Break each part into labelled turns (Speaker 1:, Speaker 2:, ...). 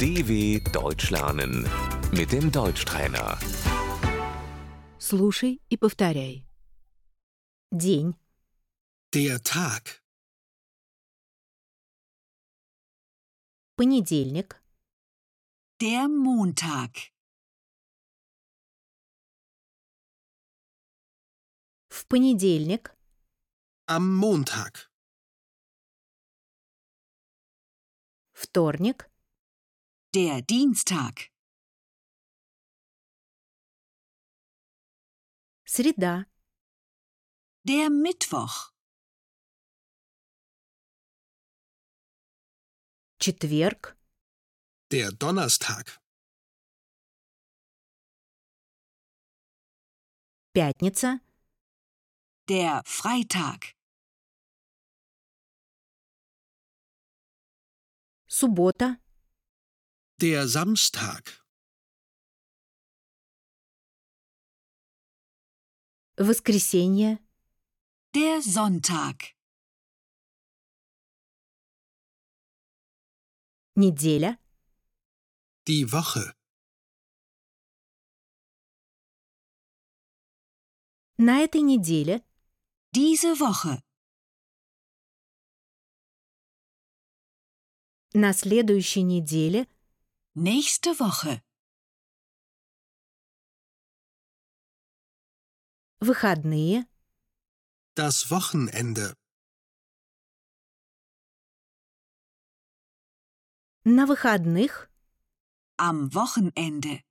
Speaker 1: DW Deutsch lernen mit dem Deutschtrainer.
Speaker 2: Слушай и повторяй. День,
Speaker 3: Der Tag.
Speaker 2: понедельник,
Speaker 4: Der Montag.
Speaker 2: в понедельник,
Speaker 3: Am Montag.
Speaker 2: вторник,
Speaker 4: Der Dienstag.
Speaker 2: среда,
Speaker 4: Der Mittwoch.
Speaker 2: четверг,
Speaker 3: Der Donnerstag.
Speaker 2: пятница,
Speaker 4: Der Freitag.
Speaker 2: суббота,
Speaker 3: Der Samstag.
Speaker 2: воскресенье,
Speaker 4: Der Sonntag.
Speaker 2: неделя,
Speaker 3: Die Woche.
Speaker 2: на этой неделе,
Speaker 4: Diese Woche.
Speaker 2: на следующей неделе,
Speaker 4: Nächste Woche.
Speaker 2: выходные,
Speaker 3: Das Wochenende.
Speaker 2: на выходных,
Speaker 4: Am Wochenende.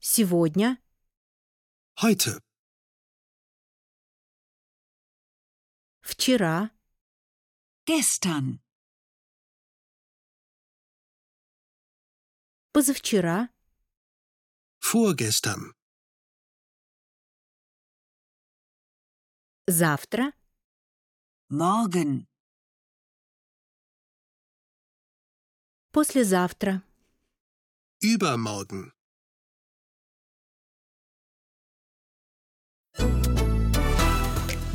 Speaker 2: сегодня,
Speaker 3: Heute.
Speaker 2: вчера,
Speaker 4: Gestern.
Speaker 2: позавчера,
Speaker 3: Vorgestern.
Speaker 2: завтра,
Speaker 4: Morgen.
Speaker 2: послезавтра.
Speaker 3: Übermorgen.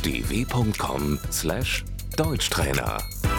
Speaker 1: dw.com/deutschtrainer